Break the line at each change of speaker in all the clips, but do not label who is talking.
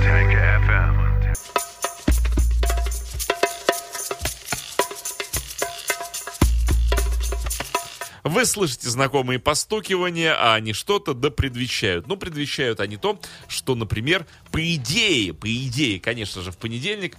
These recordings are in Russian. Funtech FM.
Вы слышите знакомые постукивания, а они что-то да предвещают. Ну, предвещают они то, что, например, по идее, по идее, конечно же, в понедельник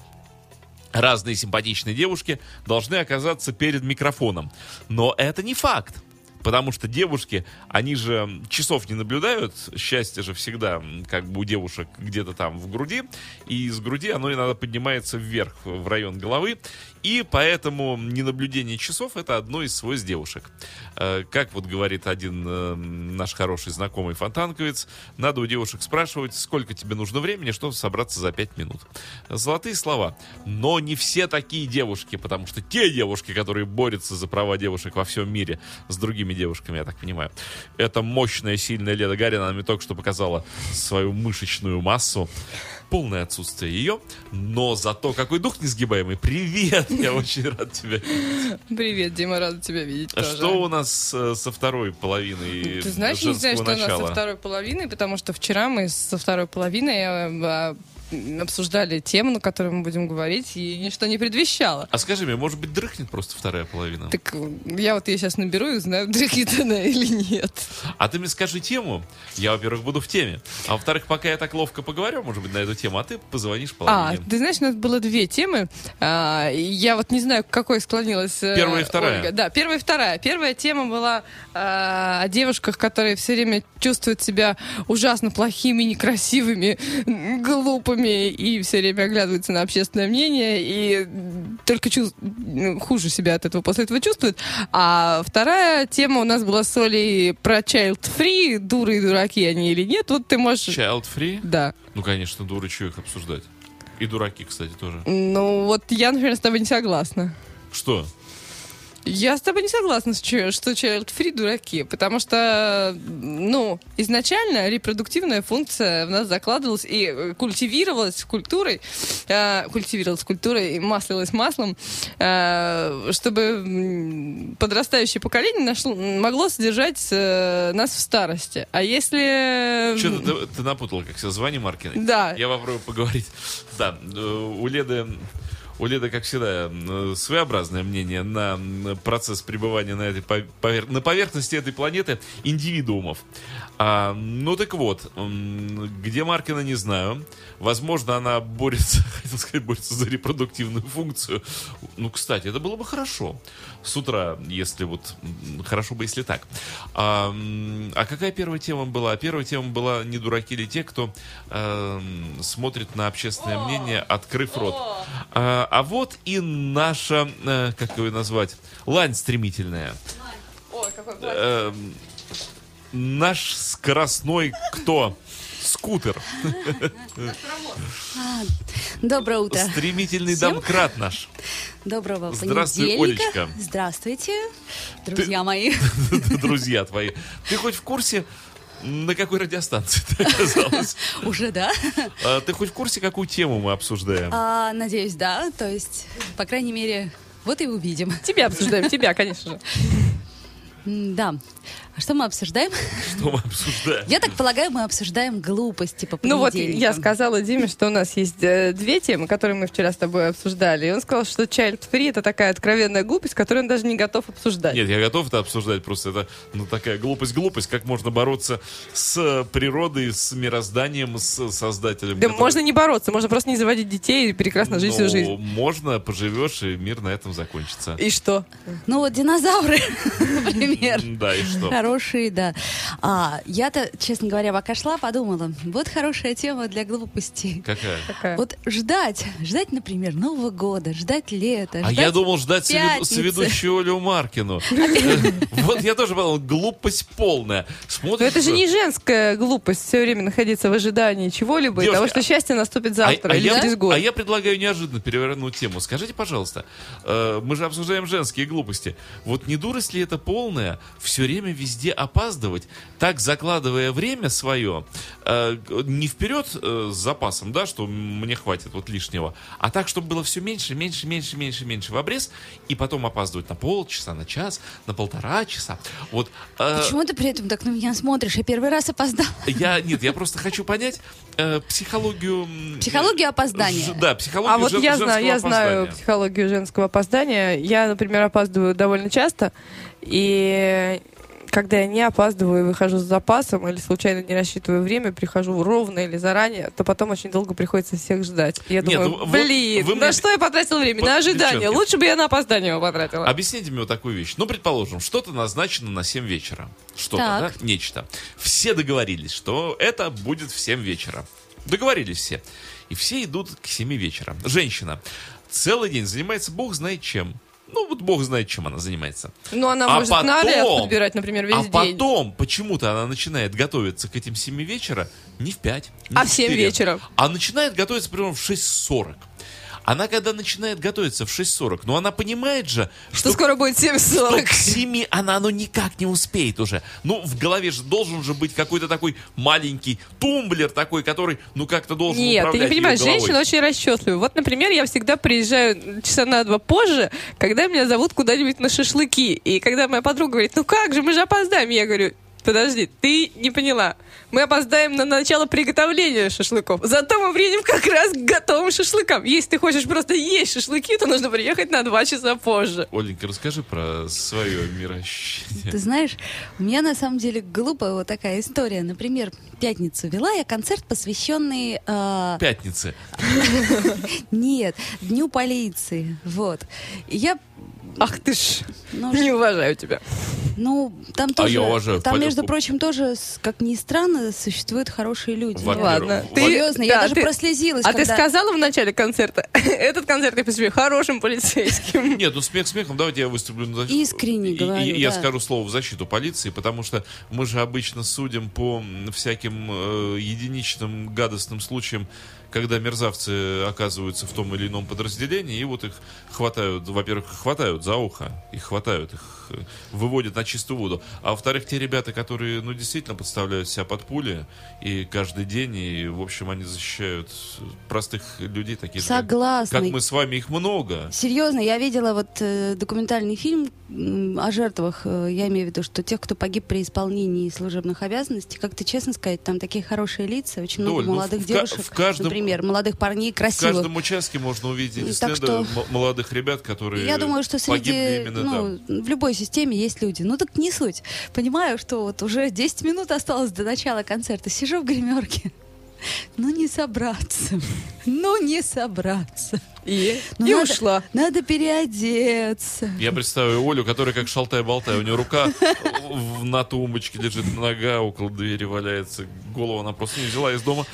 разные симпатичные девушки должны оказаться перед микрофоном. Но это не факт. Потому что девушки, они же часов не наблюдают, счастье же всегда м, как бы у девушек где-то там в груди, и из груди оно иногда поднимается вверх в район головы, и поэтому ненаблюдение часов это одно из свойств девушек. Э, Как вот говорит один э, наш хороший знакомый фонтанковец, надо у девушек спрашивать, сколько тебе нужно времени, чтобы собраться за 5 минут. Золотые слова. Но не все такие девушки, потому что те девушки, которые борются за права девушек во всем мире с другими девушками, я так понимаю, это мощная, сильная Леда Гарина, она мне только что показала свою мышечную массу. Полное отсутствие ее, но зато какой дух несгибаемый. Привет! Я очень рад тебя видеть.
Привет, Дима, рада тебя видеть
А
тоже.
Что у нас э, со второй половиной
Ты знаешь, не знаю,
женского
что у нас
начала?
со второй половиной, потому что вчера мы со второй половиной э, э, обсуждали тему, на которой мы будем говорить, и ничто не предвещало.
А скажи мне, может быть, дрыхнет просто вторая половина?
Так э, я вот ее сейчас наберу и узнаю, дрыхнет она или нет.
А ты мне скажи тему. Я, во-первых, буду в теме. А во-вторых, пока я так ловко поговорю, может быть, на эту тему, а ты позвонишь
А,
половине.
ты знаешь, у нас было две темы. А, и я вот не знаю, к какой склонилась. э,
Первая и вторая.
Ольга. Да, первая и вторая. Первая тема была а, о девушках, которые все время чувствуют себя ужасно плохими, некрасивыми, м, глупыми и все время оглядываются на общественное мнение и только чувс- ну, хуже себя от этого после этого чувствуют. А вторая тема у нас была с Олей про child free, дуры и дураки они или нет. Вот ты можешь...
Child free?
Да.
Ну, конечно, дуры, чё их обсуждать. И дураки, кстати, тоже.
Ну, вот я, например, с тобой не согласна.
Что?
Я с тобой не согласна, с чё- что child free дураки, потому что, ну, изначально репродуктивная функция в нас закладывалась и э, культивировалась культурой, э, культивировалась культурой и маслилась маслом, э, чтобы м, подрастающее поколение нашло, могло содержать э, нас в старости. А если...
Что ты, ты напутала, как всегда, звони Маркиной.
Да.
Я попробую поговорить. Да, э, у Леды... У Леды, как всегда, э, своеобразное мнение на м, процесс пребывания на, этой пов- повер- на поверхности этой планеты индивидуумов. А, ну так вот, м, где Маркина, не знаю. Возможно, она борется, хотел сказать, борется за репродуктивную функцию. Ну, кстати, это было бы хорошо. С утра, если вот... м, Хорошо бы, если так. А, м, а какая первая тема была? Первая тема была «Не дураки ли те, кто эм, смотрит на общественное мнение, открыв рот?» А, а вот и наша, э, как ее назвать, лань стремительная.
Ой, какой
Эм, наш скоростной кто? Скутер.
Доброе
Э,
утро.
Стремительный
Всем?
домкрат наш.
Доброго
Здравствуй,
понедельника.
Олечка.
Здравствуйте, друзья мои.
Друзья твои. Ты хоть в курсе, на какой радиостанции ты оказалась?
Уже, да?
А, Ты хоть в курсе, какую тему мы обсуждаем?
А, надеюсь, да. То есть, по крайней мере, вот и увидим.
Тебя обсуждаем, тебя, конечно же.
М, Да. А что мы обсуждаем?
Что мы обсуждаем?
Я так полагаю, мы обсуждаем глупости по
Ну вот
понедельникам.
я сказала Диме, что у нас есть э, две темы, которые мы вчера с тобой обсуждали. И он сказал, что child free это такая откровенная глупость, которую он даже не готов обсуждать.
Нет, я готов это обсуждать, просто это ну, такая глупость-глупость, как можно бороться с природой, с мирозданием, с создателем.
Да
который-
можно не бороться, можно просто не заводить детей и прекрасно жить
Ну,
всю жизнь.
Можно, поживешь, и мир на этом закончится.
И что?
Ну вот динозавры, например.
М, Да, и что?
Хорошие, да. А, я-то, честно говоря, пока шла, подумала, вот хорошая тема для глупости.
Какая?
Такая.
Вот ждать, ждать, например, Нового года, ждать лета.
А
ждать
я думал ждать соведу-
пятницы.
соведущую Олю Маркину. Вот я тоже подумал, глупость полная.
Но
Смотришь,
это же
что-
не женская глупость все время находиться в ожидании чего-либо, и
Девушка,
того, что счастье наступит
А-
завтра
а,
или
я,
через год.
а я предлагаю неожиданно перевернуть тему. Скажите, пожалуйста, э, мы же обсуждаем женские глупости. Вот не дурость ли это полная главное, все время везде опаздывать, так закладывая время свое, э, не вперед э, с запасом, да, что мне хватит вот лишнего, а так, чтобы было все меньше, меньше, меньше, меньше, меньше в обрез, и потом опаздывать на полчаса, на час, на полтора часа. Вот, э,
Почему ты при этом так на меня смотришь? Я первый раз опоздал.
я, нет, я просто хочу понять э, психологию... м,
Психологию опоздания.
ж- Да, психологию
А вот
жен-
я
женского
знаю, я знаю
опоздания.
психологию женского опоздания. Я, например, опаздываю довольно часто, и когда я не опаздываю и выхожу с запасом или случайно не рассчитываю время, прихожу ровно или заранее, то потом очень долго приходится всех ждать. И я
Нет,
думаю,
ну, вот
блин,
вы
на
мне-
что я потратил время?
Вот,
на ожидание.
девчонки.
Лучше бы я на опоздание его потратила.
Объясните мне вот такую вещь. Ну, предположим, что-то назначено на 7 вечера. Что-то,
Так.
да? Нечто. Все договорились, что это будет в 7 вечера. Договорились все. И все идут к 7 вечера. Женщина целый день занимается бог знает чем. Ну, вот бог знает, чем она занимается.
Ну, она
А
может на
потом-
авиах подбирать, например, весь
а
день.
потом почему-то она начинает готовиться к этим 7 вечера не в 5, не
А
в
в семь
4,
вечера.
А начинает готовиться примерно в 6.40. Она когда начинает готовиться в 6.40, ну она понимает же,
Что скоро будет 7.40.
что к 7 она ну, никак не успеет уже. Ну, в голове же должен же быть какой-то такой маленький тумблер такой, который, ну, как-то должен
Нет, ты
управлять
не понимаешь,
её головой.
женщина очень расчетливая. Вот, например, я всегда приезжаю часа на два позже, когда меня зовут куда-нибудь на шашлыки. И когда моя подруга говорит, ну как же, мы же опоздаем. Я говорю, подожди, ты не поняла. Мы опоздаем на начало приготовления шашлыков. Зато мы приедем как раз к готовым шашлыкам. Если ты хочешь просто есть шашлыки, то нужно приехать на два часа позже.
Оленька, расскажи про свое мироощущение.
Ты знаешь, у меня на самом деле глупая вот такая история. Например, в пятницу вела я концерт, посвященный... э,
Пятницы.
Нет, Дню полиции. Вот. И я...
Ах ты ж,
Ну,
не уважаю тебя.
ну, там тоже...
я уважаю,
там,
пойду-
между прочим, тоже, с- как ни странно, существуют хорошие люди.
Во-
Ладно.
Во-
Ты-
Серьезно, я
да,
даже
ты-
прослезилась,
А ты
когда-
сказала в начале концерта, этот концерт я посвящу хорошим полицейским.
Нет, ну смех смехом, давайте я выступлю на защиту.
Искренне
И- и-
говорю,
и я
да.
скажу слово в защиту полиции, потому что мы же обычно судим по м, всяким э, единичным гадостным случаям, когда мерзавцы оказываются в том или ином подразделении, и вот их хватают, во-первых, хватают за ухо, их хватают, их э, выводят на чистую воду. А во-вторых, те ребята, которые, ну, действительно подставляют себя под пули, и каждый день, и, в общем, они защищают э, простых людей, таких же, как-
Согласна.
как мы с вами, их много.
Серьезно, я видела вот э, документальный фильм м, о жертвах. э, я имею в виду, что тех, кто погиб при исполнении служебных обязанностей, как-то честно сказать, там такие хорошие лица, очень много
Доль, ну,
молодых
в ка-
девушек,
в каждом-
например, молодых парней,
В
красивых.
каждом участке можно увидеть
Так
следы
что-
м- молодых ребят, которые
Я думаю, что
погибли
среди,
именно
ну,
там.
в любой системе есть люди. Ну так не суть. Понимаю, что вот уже 10 минут осталось до начала концерта. Сижу в гримерке. Ну не собраться. Ну не собраться.
И,
Ну,
и
надо-
ушла.
Надо переодеться.
Я представляю Олю, которая как шалтай-болтай. У нее рука в- на тумбочке лежит, нога около двери валяется. Голову она просто не взяла из дома.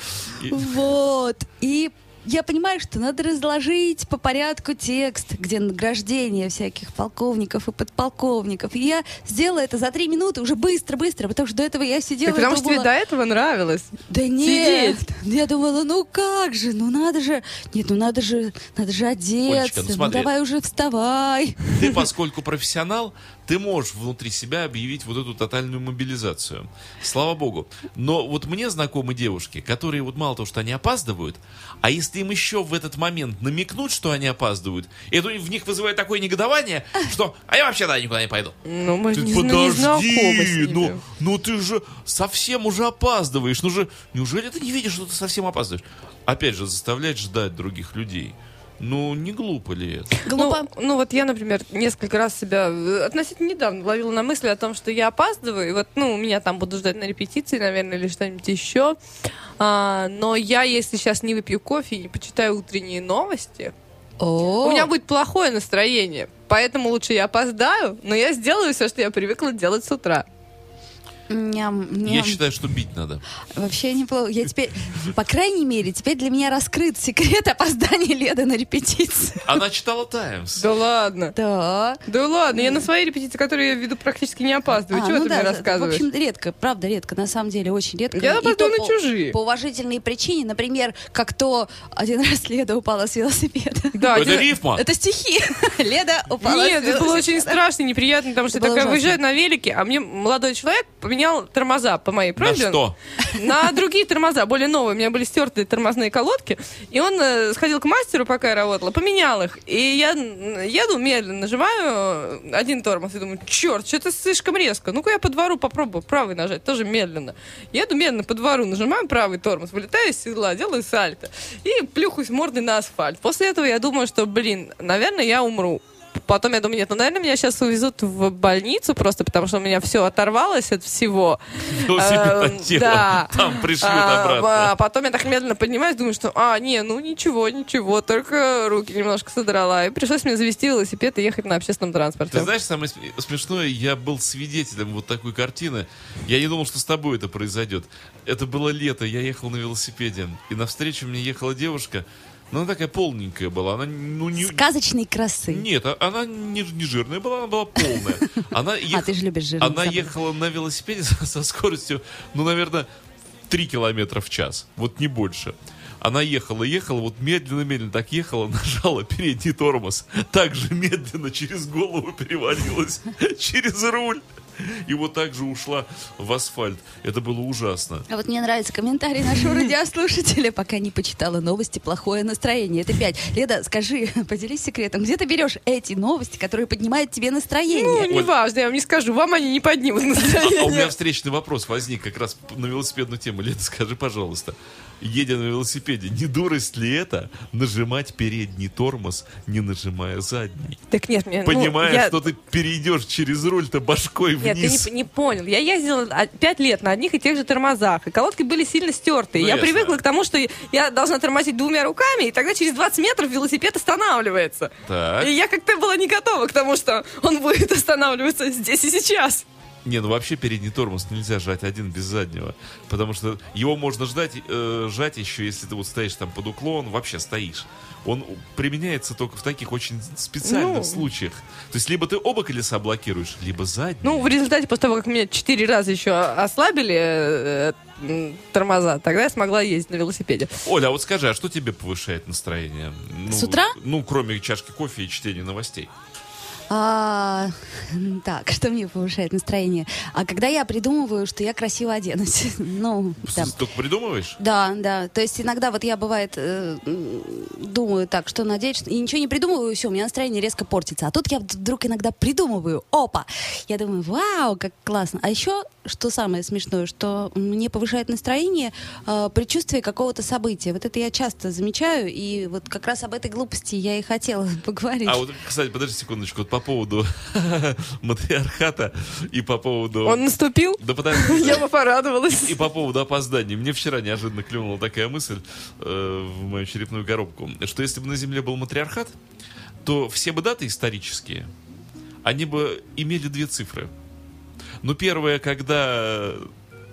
И-
Вот. И я понимаю, что надо разложить по порядку текст, где награждение всяких полковников и подполковников. И я сделала это за три минуты уже быстро-быстро, потому что до этого я сидела
Так потому
и
что тебе
думала,
до этого нравилось.
да нет, я думала, ну как же, ну надо же, нет, ну надо же, надо же одеться, ну,
смотри.
давай уже вставай.
Ты, поскольку профессионал, ты можешь внутри себя объявить вот эту тотальную мобилизацию. Слава богу. Но вот мне знакомы девушки, которые вот мало того, что они опаздывают, а если им еще в этот момент намекнуть, что они опаздывают, это в них вызывает такое негодование, что «а я вообще да, никуда не пойду».
Ну, мы
Ты
не, не знакомы с
подожди,
ними.
ну, ну ты же совсем уже опаздываешь. Ну же, неужели ты не видишь, что ты совсем опаздываешь? Опять же, заставлять ждать других людей. Ну, не глупо ли это?
Ну,
Глупо.
ну вот я, например, несколько раз себя э, относительно недавно ловила на мысли о том, что я опаздываю, и вот, ну, меня там будут ждать на репетиции, наверное, или что-нибудь еще. А, но я, если сейчас не выпью кофе и не почитаю утренние новости, у меня будет плохое настроение. Поэтому лучше я опоздаю, но я сделаю все, что я привыкла делать с утра.
Ням,
Я
Ну, а
ням.
считаю, что бить надо.
Вообще неплохо. Я теперь, по крайней мере, теперь для меня раскрыт секрет опоздания Леда на репетицию.
Она читала Таймс.
Да ладно.
Да.
Да ладно, я на своей репетиции, которую я веду, практически не опаздываю.
А,
Чего
ну
ты
да,
мне
да,
рассказываешь?
В общем, редко, правда, редко, на самом деле, очень редко.
Я
И
опаздываю
то
на
по-
чужие.
По уважительной причине, например, как то один раз Леда упала с велосипеда.
Да,
Это
один-
рифма.
Это стихи. Леда упала
Нет,
с
это было
велосипеда.
очень страшно и неприятно, потому что
Это было
такая
ужасно.
выезжает на велике, а мне молодой человек поменял тормоза по моей
На
просьбе.
что?
На другие тормоза, более новые. У меня были стертые тормозные колодки. И он э, сходил к мастеру, пока я работала, поменял их. И я м, еду, медленно нажимаю э, один тормоз и думаю, черт, что-то слишком резко. Ну-ка я по двору попробую правый нажать, тоже медленно. Еду медленно по двору, нажимаю правый тормоз, вылетаю из седла, делаю сальто. И плюхаюсь мордой на асфальт. После этого я думаю, что, блин, наверное, я умру. Потом я думаю, нет, ну, наверное, меня сейчас увезут в больницу просто, потому что у меня все оторвалось от всего.
Велосипед
Эм,
отдела.
да.
Там пришлют
А,
обратно.
а потом я так медленно поднимаюсь, думаю, что, а, не, ну ничего, ничего, только руки немножко содрала. И пришлось мне завести велосипед и ехать на общественном транспорте.
Ты знаешь, самое см- смешное, я был свидетелем вот такой картины. Я не думал, что с тобой это произойдет. Это было лето, я ехал на велосипеде, и навстречу мне ехала девушка. Ну, она такая полненькая была. Она, ну, не...
Сказочной красы.
Нет, а- она не, не жирная была, она была полная. Она
А,
ех-
ты же любишь жирных.
Она
забыла.
ехала на велосипеде со со скоростью, ну, наверное, 3 километра в час. Вот не больше. Она ехала, ехала, вот медленно-медленно так ехала, нажала передний тормоз. Так же медленно через голову перевалилась, через руль. И вот так же ушла в асфальт. Это было ужасно.
А вот мне нравится комментарий нашего радиослушателя, пока не почитала новости, плохое настроение. Это пять. Леда, скажи, поделись секретом, где ты берешь эти новости, которые поднимают тебе
Ну,
настроение?
неважно, я вам не скажу, вам они не поднимут
А у
настроение.
меня встречный вопрос возник как раз на велосипедную тему. Лет, скажи, пожалуйста, едя на велосипеде, не дурость ли это нажимать передний тормоз, не нажимая задний?
Так нет, мне... ну,
Понимаешь,
я-
что ты перейдешь через руль-то башкой
Нет, ты
вниз.
не, не понял. Я ездила а, пять лет на одних и тех же тормозах, и колодки были сильно стерты.
Ну,
я
ясно.
привыкла к тому, что я должна тормозить двумя руками, и тогда через 20 метров велосипед останавливается.
Так.
И я как-то была не готова к тому, что он будет останавливаться здесь и сейчас.
Не, ну вообще передний тормоз нельзя жать один без заднего. Потому что его можно ждать, э, жать еще, если ты вот стоишь там под уклон, вообще стоишь. Он у- применяется только в таких очень специальных
Ну.
случаях. То есть либо ты оба колеса блокируешь, либо задний.
Ну, в результате, после того, как меня четыре раза еще ослабили э, м, тормоза, тогда я смогла ездить на велосипеде.
Оля, а вот скажи, а что тебе повышает настроение? Ну,
С утра?
Ну, кроме чашки кофе и чтения новостей.
А, так, что мне повышает настроение? А когда я придумываю, что я красиво оденусь. Ну,
Ты
там.
только придумываешь?
Да, да. То есть иногда вот я бывает э, м, думаю так, что надеть, и ничего не придумываю, все, у меня настроение резко портится. А тут я вдруг иногда придумываю, опа, я думаю, вау, как классно. А еще что самое смешное, что мне повышает настроение э, предчувствие какого-то события. Вот это я часто замечаю, и вот как раз об этой глупости я и хотела поговорить.
А вот, кстати, подожди секундочку, вот по поводу матриархата и по поводу...
Он наступил,
Да подожди.
я бы порадовалась.
И по поводу опозданий. Мне вчера неожиданно клюнула такая мысль э, в мою черепную коробку, что если бы на Земле был матриархат, то все бы даты исторические, они бы имели две цифры. Ну, первое, когда...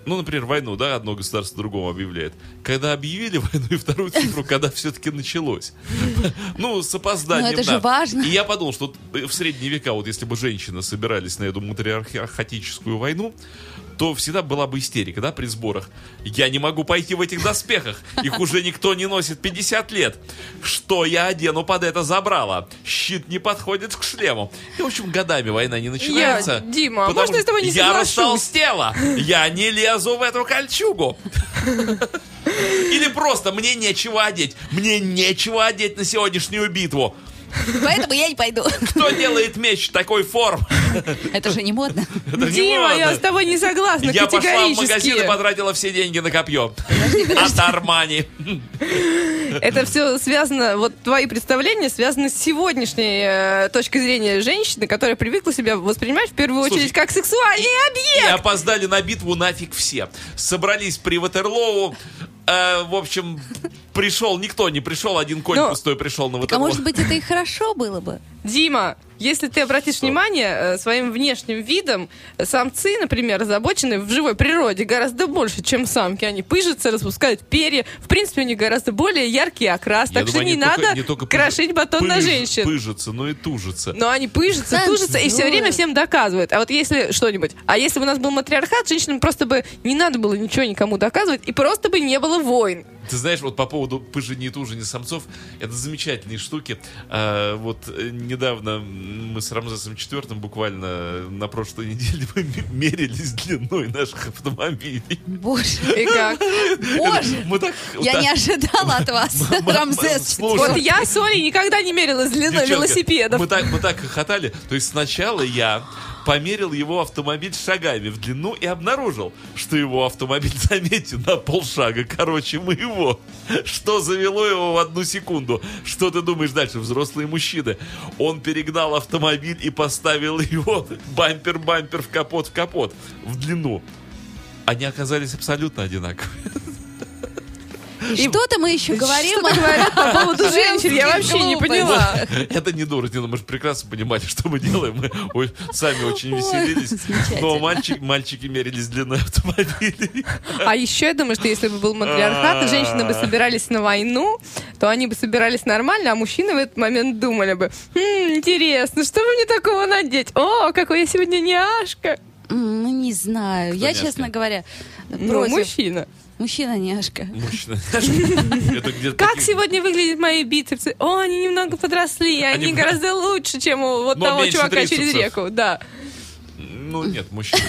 Ну, например, войну, да, одно государство другому объявляет. Когда объявили войну, и вторую цифру, когда все-таки началось. Ну, с опозданием.
Но это же
да.
важно.
И я подумал, что э, в средние века, вот если бы женщины собирались на эту матриархатическую войну, то всегда была бы истерика, да, при сборах. Я не могу пойти в этих доспехах. Их уже никто не носит 50 лет. Что я одену под это забрало? Щит не подходит к шлему. И, в общем, годами война не начинается.
Дима, а
потому
можно я с тобой не
что Я
соглашусь?
растолстела. Я не лезу в эту кольчугу. Или просто мне нечего одеть. Мне нечего одеть на сегодняшнюю битву.
Поэтому я не пойду.
Кто делает меч такой формы?
Это же не модно.
Это же не
Дима, я
модно.
с тобой не согласна,
Я пошла в
категорически.
магазин и потратила все деньги на копье. От Армани.
Это все связано, вот твои представления связаны с сегодняшней э, точкой зрения женщины, которая привыкла себя воспринимать в первую
Слушай,
очередь как сексуальный
И
объект.
опоздали на битву нафиг все. Собрались при Ватерлоу. Э, в общем, пришел, никто не пришел, один конь
Ну,
пустой пришел на вот
А
это
может
вот.
быть, это и хорошо было бы.
Дима, если ты обратишь внимание, э, своим внешним видом э, самцы, например, озабочены в живой природе гораздо больше, чем самки. Они пыжатся, распускают перья. В принципе, у них гораздо более яркий окрас.
Я
так
думаю,
что не
они только-
надо
не только пыж-
крошить батон на
пыж-
женщин.
Пыжится, но и тужится.
Но они пыжатся,
Сам
тужатся и все
знает.
время всем доказывают. А вот если что-нибудь, а если бы у нас был матриархат, женщинам просто бы не надо было ничего никому доказывать, и просто бы не было войн.
Ты знаешь, вот по поводу пыжини и тужини самцов, это замечательные штуки. А, вот э, недавно мы с Рамзесом IV буквально на прошлой неделе мы м- мерились длиной наших автомобилей.
Боже,
И как?
боже!
Мы так...
Я
Ну
так-
не ожидала от вас,
М- м-
Рамзес.
слушай.
Вот я с Олей никогда не мерила длиной
Девчонки,
велосипедов.
Мы так, мы так хохотали. То есть сначала я померил его автомобиль шагами в длину и обнаружил, что его автомобиль, заметьте, на полшага короче моего. Что завело его в одну секунду? Что ты думаешь дальше? Взрослые мужчины. Он перегнал автомобиль и поставил его бампер-бампер в капот в капот в длину. Они оказались абсолютно одинаковые.
Что-то мы еще говорим.
Что-то говорят по поводу женщин, я
женских
вообще не
глупостей.
поняла.
Это не Доротина, мы же прекрасно понимали, что мы делаем. Мы ой, сами очень
Ой,
веселились.
замечательно.
Но мальчик- мальчики мерились длиной автомобилей.
А еще я думаю, что если бы был матриархат, и женщины бы собирались на войну, то они бы собирались нормально, а мужчины в этот момент думали бы, «Хм, интересно, что бы мне такого надеть? О, какой я сегодня няшка!
М, Ну, не знаю.
Кто
Я,
няшка?
честно говоря,
Ну,
против.
мужчина.
Мужчина-няшка.
Мужчина. Это где-то
Как
такие-
сегодня выглядят мои бицепсы? О, они немного подросли, они,
Они-
гораздо лучше, чем у вот
Но
того
меньше
чувака через
трицепсов.
реку. Да.
Ну нет, мужчина.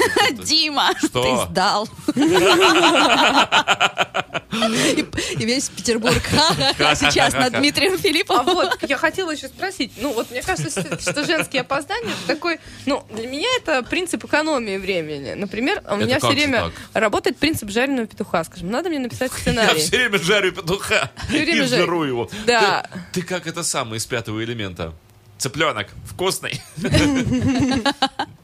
Дима,
Что?
ты сдал. И и весь Петербург ха-ха-ха, сейчас над Дмитрием
А
Филипповым.
вот я хотела еще спросить, ну вот мне кажется, что- что женские опоздания это такой, ну для меня это принцип экономии времени. Например, у
Это
меня все
как же
время работает принцип жареного петуха, скажем, надо мне написать
Я
сценарий.
все время жарю петуха
Всё время
и
жарю.
жру его.
Да.
Ты ты как это самое из пятого элемента? Цыпленок, вкусный.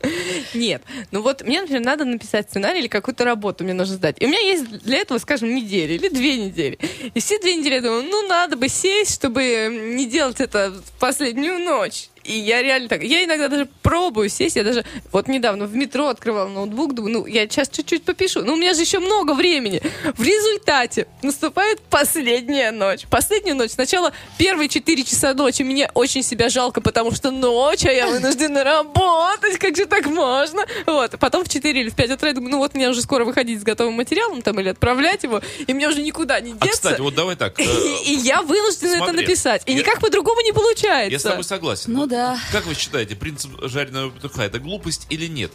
Нет, ну вот мне, например, надо написать сценарий или какую-то работу мне нужно сдать. И у меня есть для этого, скажем, неделя или две недели. И все две недели я думаю, ну надо бы сесть, чтобы не делать это в последнюю ночь. И я реально так. Я иногда даже пробую сесть. Я даже вот недавно в метро открывала ноутбук, думаю, ну я сейчас чуть-чуть попишу. Ну, Но у меня же еще много времени. В результате наступает последняя ночь. Последняя ночь. Сначала первые 4 часа ночи мне очень себя жалко, потому что ночь, а я вынуждена работать. Как же так можно? Вот. А Потом в 4 или в 5 утра я думаю, ну вот мне уже скоро выходить с готовым материалом там или отправлять его, и мне уже никуда не
А,
деться.
кстати, вот давай так. э,
И, и я вынуждена это
смотри,
написать. И
я-
никак по-другому не получается.
Я с тобой согласен.
Ну
Вот
да.
Как вы считаете, принцип жареного петуха это глупость или нет?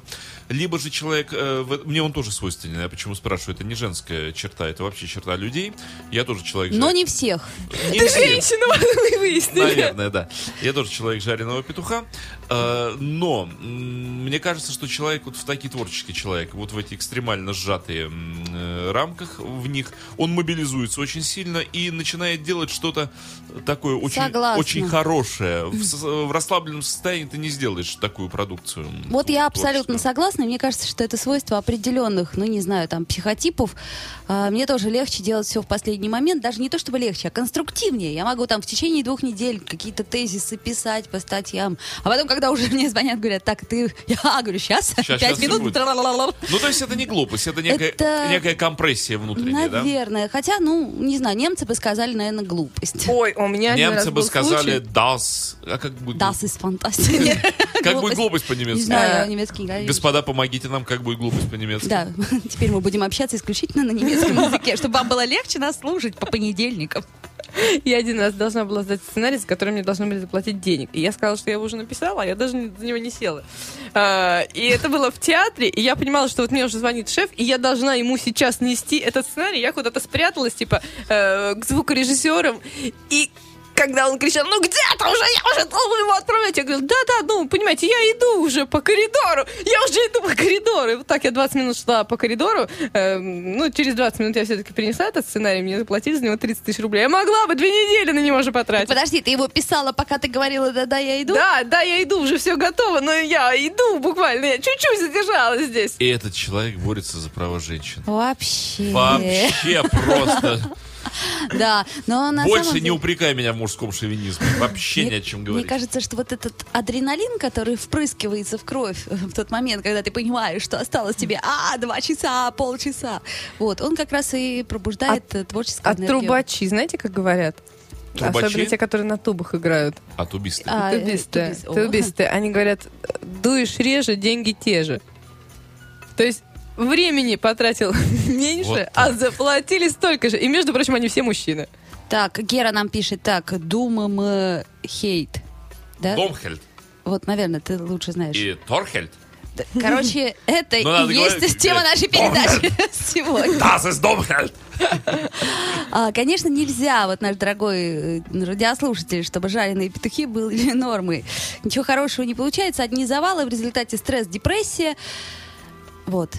Либо же человек, э, в- мне он тоже свойственен, я почему спрашиваю, это не женская черта, это вообще черта людей. Я тоже человек.
Но
жар-
не всех.
не
Ты
все.
женщина, вот мы и выяснили.
Наверное, да. Я тоже человек жареного петуха. Э, Но м, мне кажется, что человек вот в такие творческий человек, вот в эти экстремально сжатые м, э, рамках в них, он мобилизуется очень сильно и начинает делать что-то такое очень,
Согласна.
очень хорошее. В, с- в расслабленном состоянии ты не сделаешь такую продукцию. м,
Вот я абсолютно
творческую.
согласна. и Мне кажется, что это свойство определенных, ну не знаю, там психотипов. А, Мне тоже легче делать все в последний момент. Даже не то чтобы легче, а конструктивнее. Я могу там в течение двух недель какие-то тезисы писать по статьям. А потом, когда уже мне звонят, говорят, так, ты... Я говорю, сейчас,
Щас, щас
пять
всё
минут.
будет.
тра-ла-ла-ла».
Ну, то есть это не глупость, это некая,
Это-
некая компрессия внутренняя, да?
Наверное. Хотя, ну, не знаю, немцы бы сказали, наверное, глупость.
Ой, у меня один раз
Немцы бы
был
сказали
случай.
«das». А как будет,
Das ist фантастика.
как будет глупость по-немецки?
Не знаю, я немецкий не говорю.
Господа, помогите нам, как будет глупость по-немецки.
Да, теперь мы будем общаться исключительно на немецком языке, чтобы вам было легче нас слушать по понедельникам.
Я один раз должна была сдать сценарий, за который мне должны были заплатить денег. И я сказала, что я его уже написала, а я даже не- за него не села. А, и это было в театре, и я понимала, что вот мне уже звонит шеф, и я должна ему сейчас нести этот сценарий. Я куда-то спряталась, типа, э, к звукорежиссерам, и когда он кричал, ну где ты уже, я уже должен его отправлять. Я говорила, да-да, ну, понимаете, я иду уже по коридору, я уже иду по коридору. И вот так я 20 минут шла по коридору. Эм, ну, через 20 минут я все-таки принесла этот сценарий, мне заплатили за него 30 тысяч рублей. Я могла бы две недели на него же потратить.
Э, Подожди, ты его писала, пока ты говорила, да-да, я иду?
Да, да, я иду, уже все готово, но я иду буквально, я чуть-чуть задержалась здесь.
Э.
И этот человек борется за права женщин.
Вообще.
Вообще просто.
Да, но на
Больше
самом
не
деле-
упрекай меня в мужском шовинизме. Вообще ни о чем
Мне
говорить.
кажется, что вот этот адреналин, который впрыскивается в кровь э, в тот момент, когда ты понимаешь, что осталось тебе а, два часа, полчаса, вот, он как раз и пробуждает э, творческую
А
энергию.
трубачи, знаете, как говорят?
Трубачи?
Особенно те, которые на тубах играют.
От убийства.
А, э,
Тубисты.
тубис- о.
Тубисты. Они говорят, дуешь реже, деньги те же. То есть времени потратил меньше,
Вот
а заплатили столько же. И, между прочим, они все мужчины.
Так, Гера нам пишет, так, думаем э, хейт. Да?
Домхельд
Вот, наверное, ты лучше знаешь.
и Торхельд.
Т- Короче, это
Ну, надо
и есть
говорить,
тема
э,
нашей передачи сегодня.
Das ist Domheld!
А, конечно, нельзя, вот наш дорогой э, радиослушатель, чтобы жареные петухи были нормой. Ничего хорошего не получается, одни завалы, в результате стресс, депрессия. Вот.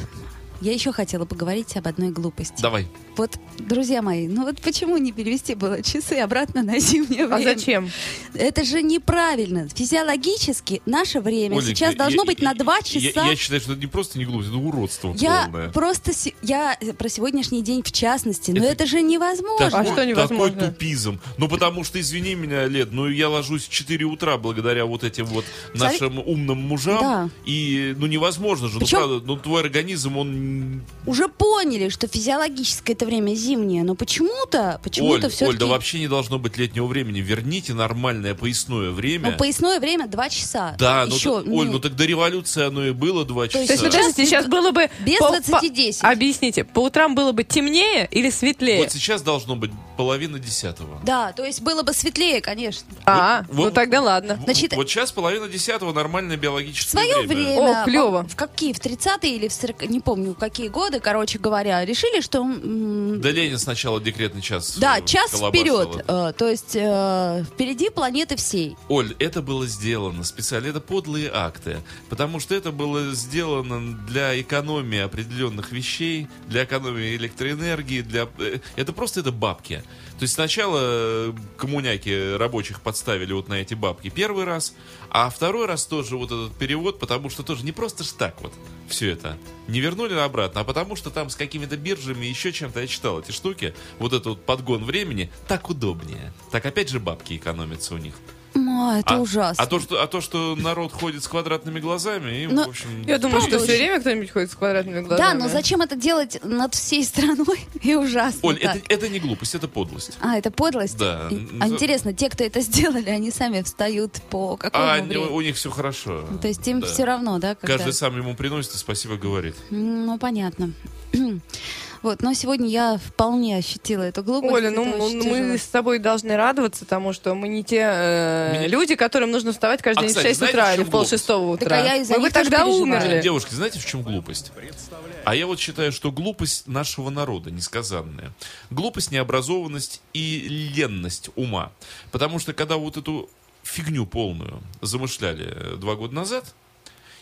Я еще хотела поговорить об одной глупости.
Давай.
Вот, друзья мои, ну вот почему не перевести было часы обратно на зимнее время?
А зачем?
Это же неправильно. Физиологически наше время
Оленька,
сейчас должно
я-
быть на
я-
два
я-
часа.
Я, считаю, что это не просто не глупость, это уродство
Я
полное.
просто се- я про сегодняний день в частности, но
Это-
это, же невозможно.
А
Такой,
что невозможно?
Такой тупизм. Ну, потому что, извини меня, Лед, ну, я ложусь в 4 утра благодаря вот этим вот
Смотри-
нашим умным мужам.
Да.
И, ну, невозможно же.
Причем-
Ну, правда, ну, твой организм, он...
Уже поняли, что физиологическое это время зимнее, но почему-то,
Оль,
почему-то
Оль,
все-таки.
да вообще не должно быть летнего времени. Верните нормальное поясное время.
ну, поясное время 2 часа.
Да, ну,
еще.
так- Оль, ну, так до революции оно и было 2 часа.
есть
То есть,
Сейчас
подождите, сейчас было бы...
без
по- по-
20:10.
Объясните, по утрам было бы темнее или светлее?
Вот сейчас должно быть половина десятого.
Да, то есть было бы светлее, конечно.
А,
Вот-
ну
вот-
тогда ладно.
Значит,
вот сейчас половина десятого нормальное
В
биологическое
свое
время.
время,
О, клёво.
В какие, в 30-е или в 40 не помню, в какие годы, короче говоря, решили, что... м,
Да Ленин сначала декретный час.
Да,
э,
час
колобасил.
вперед. Э, То есть э, впереди планеты всей.
Оль, это было сделано специально. Это подлые акты. Потому что это было сделано для экономии определенных вещей, для экономии электроэнергии, для... э, Это просто это бабки. То есть сначала э, коммуняки рабочих подставили вот на эти бабки первый раз, а второй раз тоже вот этот перевод, потому что тоже не просто ж так вот все это. Не вернули обратно, а потому что там с какими-то биржами, еще чем-то я читал эти штуки, вот этот вот подгон времени, так удобнее. Так опять же бабки экономятся у них.
М, а, это
А-
ужасно.
А то, что, а то, что народ ходит с квадратными глазами, и,
Но-
в общем...
Я думаю,
Правда
что все
очень.
время кто-нибудь ходит с квадратными
Да,
глазами.
но зачем это делать над всей страной? И ужасно.
Оль,
Ну, так.
это, это не глупость, это подлость.
А, это подлость?
Да. Ну,
И- А интересно, те, кто это сделали, они сами встают по какому
А они-
времени?
у них все хорошо.
То есть им
Да.
все равно, да? когда-
Каждый сам ему приносит и спасибо говорит.
М, Ну, понятно. Вот, но сегодня я вполне ощутила эту глупость.
Оля, ну,
это
ну,
очень тяжело.
мы с тобой должны радоваться тому, что мы не те э,
Меня-
люди, которым нужно вставать
А,
каждый день в
кстати,
6
знаете, в
утра или
чем
в пол шестого
Так,
утра.
а я из-за
мы бы
них тоже
тогда
переживаю.
умерли.
Девушки, знаете, в чем глупость? А я вот считаю, что глупость нашего народа несказанная. Глупость, необразованность и ленность ума. Потому что когда вот эту фигню полную замышляли э, два года назад,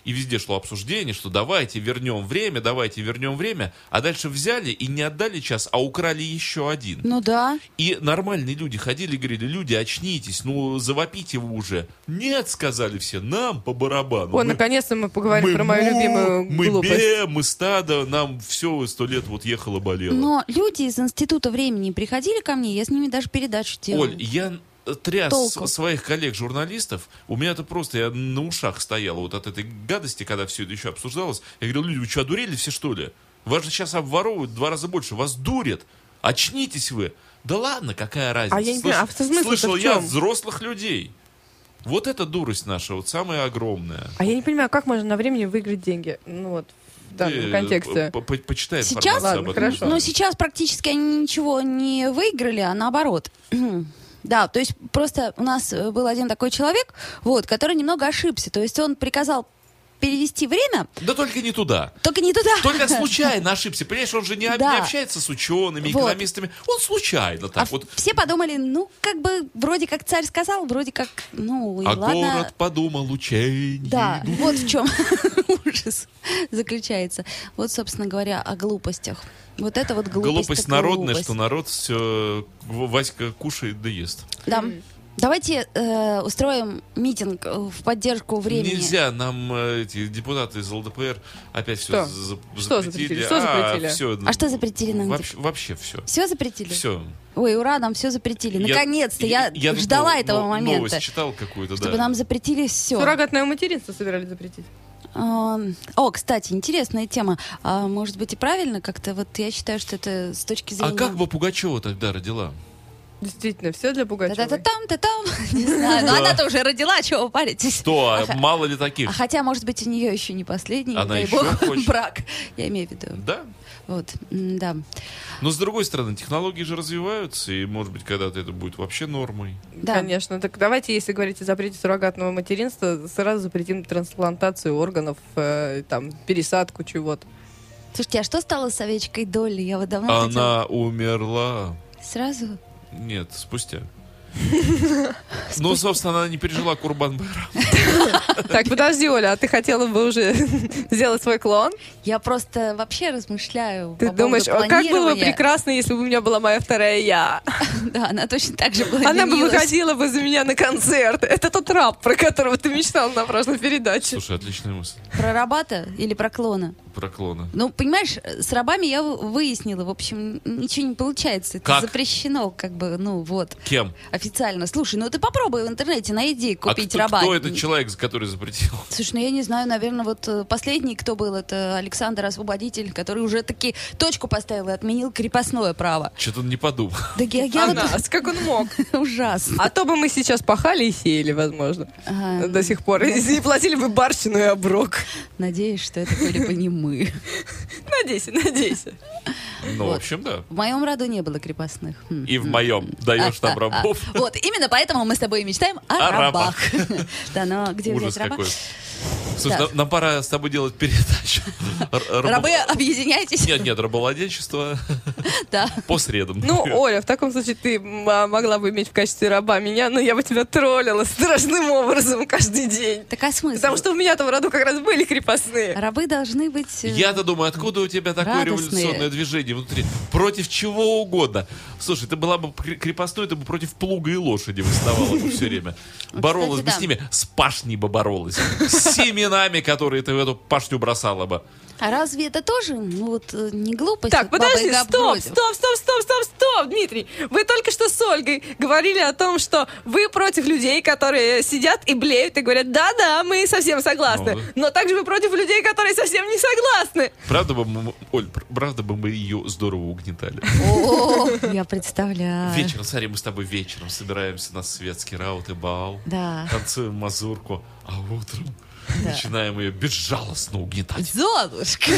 и везде шло обсуждение, что давайте вернем время, давайте вернем время, а дальше взяли и не отдали час, а украли еще один.
Ну да.
И нормальные люди ходили и говорили, люди, очнитесь, ну завопите вы уже. Нет, сказали все, нам по барабану.
О,
Мы
наконец-то мы поговорим про мою
му,
любимую
мы
глупость.
бе, мы стадо, нам все сто лет вот ехало болело.
Ну,
Но люди из Института времени приходили ко мне, я с ними даже передачу делала.
Оль, я э, тряс
Толку.
своих коллег-журналистов, у меня-то просто, я на ушах стоял вот от этой гадости, когда все это еще обсуждалось. Я говорил, люди, вы что, одурели все, что ли? Вас же сейчас обворовывают в два раза больше, вас дурят. Очнитесь вы. Да ладно, какая разница.
я не
Слыш-
понимаю, а в смысле-то
Слышал
в
я
чем?
взрослых людей. Вот эта дурость наша, вот самая огромная.
А я не понимаю, как можно на времени выиграть деньги? Ну вот, в данном
Ты, э,
контексте.
по- по- Почитай
Сейчас?
информацию
Ладно,
об этом.
хорошо.
Но сейчас практически они ничего не выиграли, а наоборот. Да, то есть просто у нас э, был один такой человек, вот, который немного ошибся. То есть он приказал перевести время,
Да только не туда.
только не туда.
Только случайно ошибся. Понимаешь, он же не, об-
Да.
не общается с учеными,
Вот.
экономистами. Он случайно
А
так вот.
Все подумали, ну, как бы, вроде как царь сказал, вроде как, ну, и
А
ладно.
город подумал учей.
Да, вот в чем ужас заключается. Вот, собственно говоря, о глупостях. Вот это вот глупость.
Глупость
так
народная,
глупость.
что народ все Васька кушает да ест.
Да. Давайте э, устроим митинг э, в поддержку времени.
Нельзя, нам э, эти депутаты из ЛДПР опять
Что?
все
Что запретили? Что запретили?
А что запретили нам?
ну, Вообще, вообще все.
Все запретили?
Все.
Ой, ура, нам все запретили. Наконец-то, я, ждала этого момента.
Новость читал какую-то,
Чтобы
да.
нам запретили все.
Суррогатное материнство собирались запретить.
О, кстати, интересная тема. А, может быть и правильно как-то? Вот я считаю, что это с точки зрения...
А как бы Пугачева тогда родила?
Действительно, все для Пугачевой.
Та-та-та-там, та-там. Не знаю, но
Да.
она-то уже родила, чего вы паритесь?
То, а
Ага.
мало ли таких.
А хотя, может быть, у нее еще не последний,
Она
дай
еще
бог,
хочет.
брак. Я имею в виду.
Да.
Вот, м, да.
Но с другой стороны, технологии же развиваются, и, может быть, когда-то это будет вообще нормой.
Да.
Конечно. Так давайте, если говорить о запрете суррогатного материнства, сразу запретим трансплантацию органов, э, там, пересадку чего-то.
Слушайте, а что стало с овечкой Долли? Я вот давно хотела-
Она умерла.
Сразу?
Нет, спустя. Ну, собственно, она не пережила Курбан Байрам.
Так, подожди, Оля, а ты хотела бы уже сделать свой клон?
Я просто вообще размышляю
Ты
по поводу
думаешь, «О, как было бы
планирования».
прекрасно, если бы у меня была моя вторая я?
Да, она точно так же была.
Она бы выходила бы за меня на концерт. Это тот раб, про которого ты мечтал на прошлой передаче.
Слушай, отличная мысль
Про рабата или про клона?
про клона.
Ну, понимаешь, с рабами я вы- выяснила, в общем, ничего не получается. Это
Как?
запрещено, как бы, ну вот,
Кем?
официально. Слушай, ну ты попробуй в интернете, найди, купить
а кто,
раба.
кто этот человек, который запретил?
Слушай, ну я не знаю, наверное, вот э, последний, кто был, это Александр Освободитель, который уже таки точку поставил и отменил крепостное право.
Что-то он не подумал.
Да я, я
А
вот
нас, как он мог?
ужасно.
А то бы мы сейчас пахали и сеяли, возможно,
А,
до сих пор. И не платили бы барщину и оброк.
Надеюсь, что это были бы не мы.
Надейся, надейся.
Ну, в
Вот.
общем, да.
В моем роду не было крепостных. Хм.
И в моем даешь там
А, а, а.
рабов.
Вот, именно поэтому мы с тобой и мечтаем о,
О
рабах.
рабах.
Да, но где
Ужас
взять раба?
какой. Слушай,
Да.
нам- нам пора с тобой делать передачу. Р- рабо-
Рабы, объединяйтесь.
Нет, нет, рабовладельчество
Да.
по средам.
Ну, Оля, в таком случае ты м, а, могла бы иметь в качестве раба меня, но я бы тебя троллила страшным образом каждый день.
Так а смысл?
Потому что у меня там в роду как раз были крепостные.
Рабы должны быть... э,
Я-то думаю, откуда у тебя такое
радостные.
революционное движение внутри? Против чего угодно. Слушай, ты была бы кре- крепостной, ты бы против плуга и лошади выставала бы все время. Боролась бы
да.
с ними, с пашней бы боролась. С семенами, которые ты в эту пашню бросала бы.
А разве это тоже, ну вот, э, не глупость?
Так,
Вот
подожди,
Баба-Яга
стоп,
против.
стоп, стоп, стоп, стоп, стоп, Дмитрий. Вы только что с Ольгой говорили о том, что вы против людей, которые сидят и блеют и говорят, да-да, мы совсем согласны.
Ну, да.
Но также вы против людей, которые совсем не согласны.
Правда бы, мы- Оль, пр- правда бы мы ее здорово угнетали.
О, я представляю.
Вечером, смотри, мы с тобой вечером собираемся на светский раут и бал.
Да.
Танцуем мазурку, а утром начинаем ее безжалостно угнетать.
Золушка.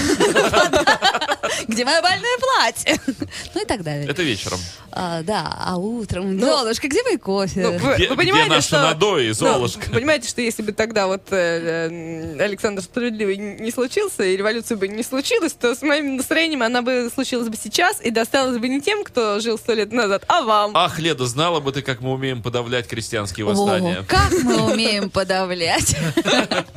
Где мое больное платье? Ну и так далее.
Это вечером.
А, Да, а утром... Золушка, где мой
Ну,
кофе?
вы,
Где-
вы понимаете,
где наша
что...
Надоя и
Ну,
Золушка?
понимаете, что если бы тогда вот э, э, Александр Справедливый не случился, и революция бы не случилась, то с моим настроением она бы случилась бы сейчас и досталась бы не тем, кто жил сто лет назад, а вам.
Ах, Леда, знала бы ты, как мы умеем подавлять крестьянские восстания.
О, как мы умеем подавлять.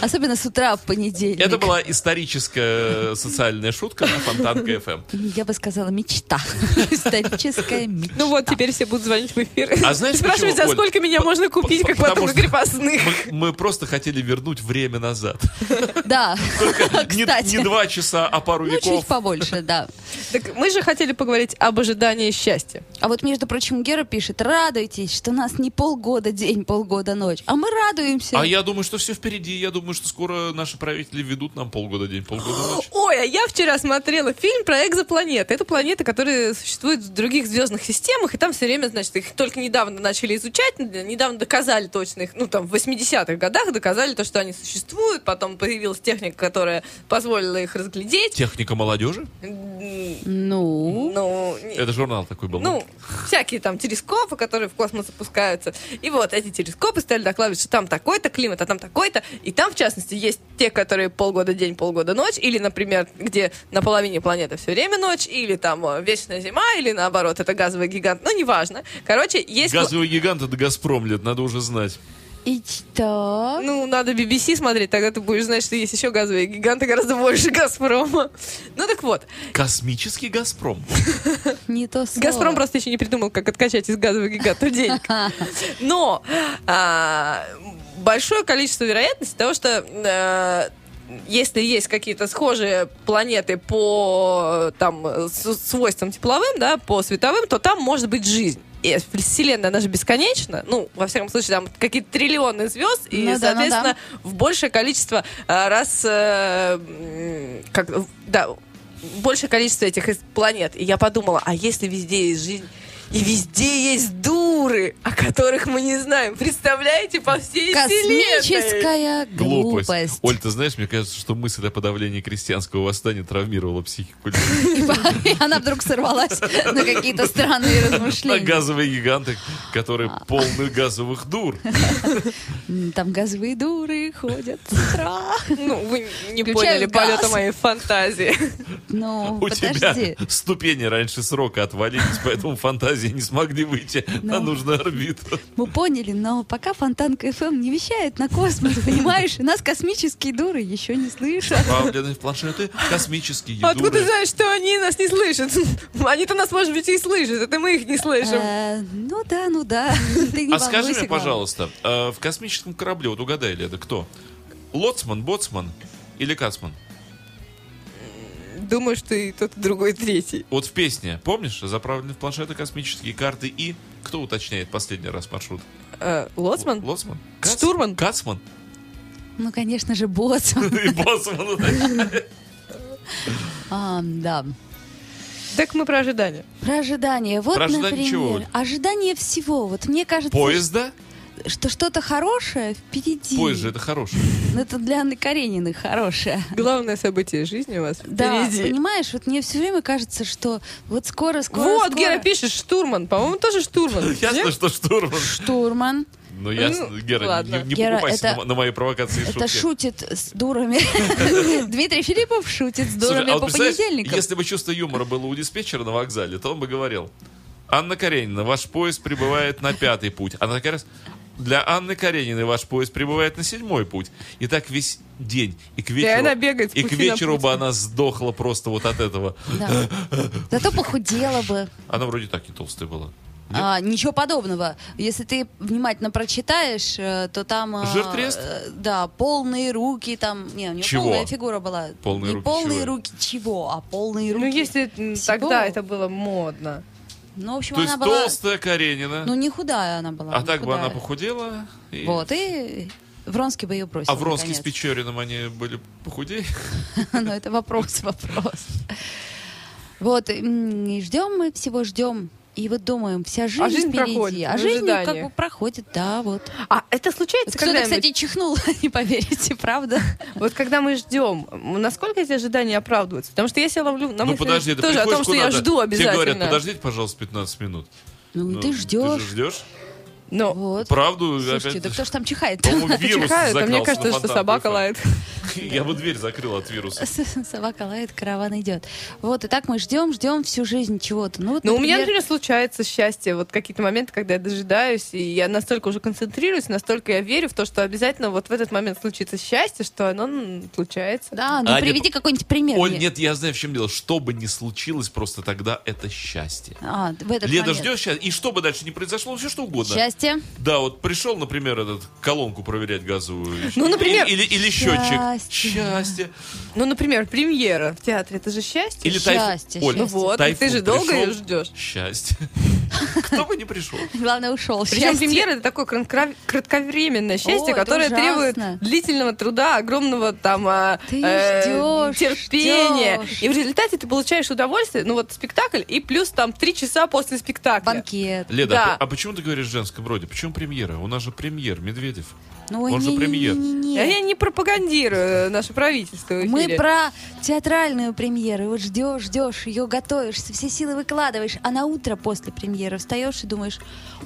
Особенно с утра в понедельник.
Это была историческая социальная шутка на Эм. Фонтанка ФМ.
Я бы сказала, мечта. Историческая мечта.
Ну вот, теперь все будут звонить в эфир.
А знаешь,
И спрашивать,
почему,
за
Оль?
сколько меня
По-
можно
по-
купить, как
потому
потом
что-
крепостных.
Мы, мы просто хотели вернуть время назад.
Да,
Не,
кстати.
не два часа, а пару
Ну, чуть
веков.
побольше, да.
Так мы же хотели поговорить об ожидании счастья.
А вот, между прочим, Гера пишет, радуйтесь, что у нас не полгода день, полгода ночь, а мы радуемся.
А я думаю, что все впереди. Я думаю, что скоро наши правители ведут нам полгода день, полгода ночь.
Ой, а я вчера смотрела фильм про экзопланеты. Это планеты, которые существуют в других звездных системах, и там все время, значит, их только недавно начали изучать, н- недавно доказали точно их, ну, там, в 80-х годах доказали то, что они существуют, потом появилась техника, которая позволила их разглядеть.
Техника молодежи?
М,
Ну,
Ну, не-
Это журнал такой был.
ну, всякие там телескопы, которые в космос запускаются. И вот эти телескопы стали докладывать, что там такой-то климат, а там такой-то. И там, в частности, есть те, которые полгода день, полгода ночь. Или, например, где на половине планеты все время ночь. Или там э, вечная зима, или наоборот, это газовый гигант. Ну, неважно. Короче, есть... пла-
Газовый гигант это Газпром лет, надо уже знать.
И что?
Ну, надо BBC смотреть, тогда ты будешь знать, что есть еще газовые гиганты гораздо больше Газпрома. Ну так вот,
Космический Газпром.
Не то слово.
Газпром просто еще не придумал, как откачать из газовых гигантов денег. Но а, большое количество вероятности того, что э, если есть какие-то схожие планеты по там, с- свойствам тепловым, да, по световым, то там может быть жизнь. И Вселенная, она же бесконечна. Ну, во всяком случае, там какие-то триллионы звезд, и,
Ну да, ну
соответственно, в большее количество а, раз... э, м, как, да, большее количество этих из- планет. И я подумала, а если везде есть жизнь, и везде есть дуры, о которых мы не знаем. Представляете, по всей вселенной.
Космическая
Глупость.
глупость.
Оль, ты знаешь, мне кажется, что мысль о подавлении крестьянского восстания травмировала психику людей.
И она вдруг сорвалась на какие-то странные
На
размышления.
газовые гиганты, которые полны газовых дур.
М, Там газовые дуры ходят с утра.
Ну, вы не
Включаю
поняли
газ.
полета моей фантазии.
Ну,
У
подожди.
тебя ступени раньше срока отвалились, поэтому фантазии не смогли выйти на
Ну.
нужную орбиту.
Мы поняли, но пока Фонтанка ФМ не вещает на космос, понимаешь? И нас космические дуры еще не слышат.
Правленные в планшеты космические
Откуда ты
дуры.
знаешь, что они нас не слышат? Они-то нас, может быть, и слышат, это мы их не слышим.
Э, Ну да, ну да. Ты не
А скажи
волнуйся,
мне,
главное.
пожалуйста, э, в космическом корабле, вот угадай, Леда, кто? Лоцман, боцман или кацман?
Думаю, что и тот, и другой, и третий.
Вот в песне, помнишь, заправлены в планшеты космические карты и... Кто уточняет последний раз маршрут?
Э, Лоцман?
Л- Лоцман?
Штурман?
Кацман?
Ну, конечно же, босс.
И боцман уточняет.
А, Да.
Так мы про ожидания.
Про ожидание. Вот,
Про ожидание
например,
чего?
ожидание всего. Вот мне кажется,
Поезда?
что что-то хорошее впереди.
Поезд же это хороший.
Ну, это для Анны Карениной хорошее.
Главное событие жизни у вас
Да,
впереди.
понимаешь, вот мне все время кажется, что вот скоро, скоро,
Вот,
скоро.
Гера пишет, штурман. По-моему, тоже штурман.
Ясно,
Нет?
что штурман.
Штурман.
Ну, ясно,
Ну,
Гера, не-
ладно.
не, не
Гера,
покупайся
это-
на, мо- на мои провокации и
Это
шутки.
шутит с дурами. Дмитрий Филиппов шутит с
Слушай,
дурами
а вот
по
представляешь,
понедельникам.
если бы чувство юмора было у диспетчера на вокзале, то он бы говорил, Анна Каренина, ваш поезд прибывает на пятый путь. А такая раз, для Анны Карениной ваш поезд прибывает на седьмой путь. И так весь день. И к вечеру,
она бегает с
и к
пути на
вечеру
путь.
бы она сдохла просто вот от этого.
Да. Зато похудела бы.
Она вроде так и толстая была.
А, ничего подобного. Если ты внимательно прочитаешь, э, то там... э,
Жир-трест?
э, Да, полные руки там... Не, у нее
Чего?
полная фигура была.
Полные
Не
руки
полные
чего?
руки чего, а полные руки...
Ну, если м,
всего.
тогда это было модно.
Ну, в общем,
То
она
есть
была...
толстая Каренина,
Ну, не худая она была.
а
не
так бы она
худая.
похудела. и-
Вот, и Вронский бы ее бросил.
А Вронский с
наконец.
Печориным они были похудее?
Но это вопрос, вопрос. Вот, м, и ждем мы всего, ждем. И вот думаем, вся жизнь,
А жизнь
впереди.
проходит
а
в
жизнь
ожидании.
как бы проходит, да, вот.
А это случается
Вот кто-то, кстати, чихнул, не поверите, правда?
Вот когда мы ждем, м, насколько эти ожидания оправдываются? Потому что я себя ловлю на
Ну
мысли
подожди, ты
э, тоже о том,
приходишь
что я
куда-то,
жду обязательно.
Тебе говорят, подождите, пожалуйста, 15 минут.
Ну, и
Ну,
ты ждешь.
же ждешь?
Но
Вот.
Правду,
Слушайте,
опять
да кто ж там чихает?
По-моему, вирус
чихают, а
загнался
мне
на
кажется, что
фонтан
собака
какой-то.
лает.
Я бы дверь закрыл от вируса.
Собака лает, караван идет. Вот, и так мы ждем, ждем всю жизнь чего-то. Ну, вот,
Но у меня,
например,
например, случается счастье. Вот какие-то моменты, когда я дожидаюсь, и я настолько уже концентрируюсь, настолько я верю в то, что обязательно вот в этот момент случится счастье, что оно м, случается.
Да, ну
Аня,
приведи какой-нибудь пример.
А, Оль,
мне.
нет, я знаю, в чем дело. Что бы ни случилось, просто тогда это счастье.
А, в этот
Леда
момент.
ждешь сейчас, и что бы дальше не произошло, все что угодно.
Счастье.
Да, вот пришел, например, этот колонку проверять газовую.
Ну,
Или-
например.
Или, или счетчик.
Счастье.
Счастье.
Ну, например, премьера в театре, это же счастье.
Или
Счастье,
тайфун. Оль,
счастье.
Ну вот,
тайфун
ты же долго
пришел.
ее ждешь.
Счастье. Кто бы не пришел.
Главное, ушел.
Причем премьера это такое кран- кратковременное счастье,
О, это
которое требует
ужасно.
длительного труда, огромного там а,
Ты
э,
ждёшь,
терпения.
ждёшь.
И в результате ты получаешь удовольствие, ну вот спектакль, и плюс там три часа после спектакля.
Банкет.
Леда,
Да.
а по- а почему ты говоришь в женском роде? Почему премьера? У нас же премьер Медведев.
Ну,
Он же премьер.
не-не-не-не-не.
Я я не пропагандирую э, наше правительство. в
Мы
эфире.
про театральную премьеру. И Вот ждешь, ждешь, ее готовишь, все силы выкладываешь, а на утро после премьеры встаешь и думаешь,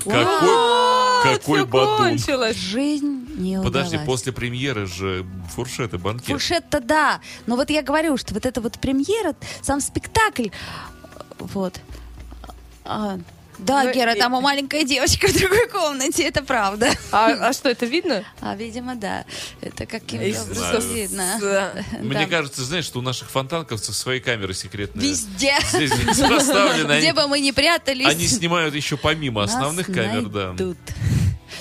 Какой-
«Вау,
Какой
Всё
бадун.
кончилось.
жизнь не
Подожди,
удалась».
после премьеры же фуршеты, банкет.
Фуршет-то да, но вот я говорю, что вот эта вот премьера, сам спектакль, вот, А, Да,
Ну,
Гера,
и-
там у маленькая девочка в другой комнате, это правда.
А, а что, это видно?
А, видимо, да. Это
Не
каким-то
знаю.
образом видно.
Да.
Мне
Да.
кажется, знаешь, что у наших фонтанковцев свои камеры секретные.
Везде.
Здесь расставлены.
Где
Они,
бы мы ни прятались.
они снимают еще помимо
Нас
основных камер, да.
найдут.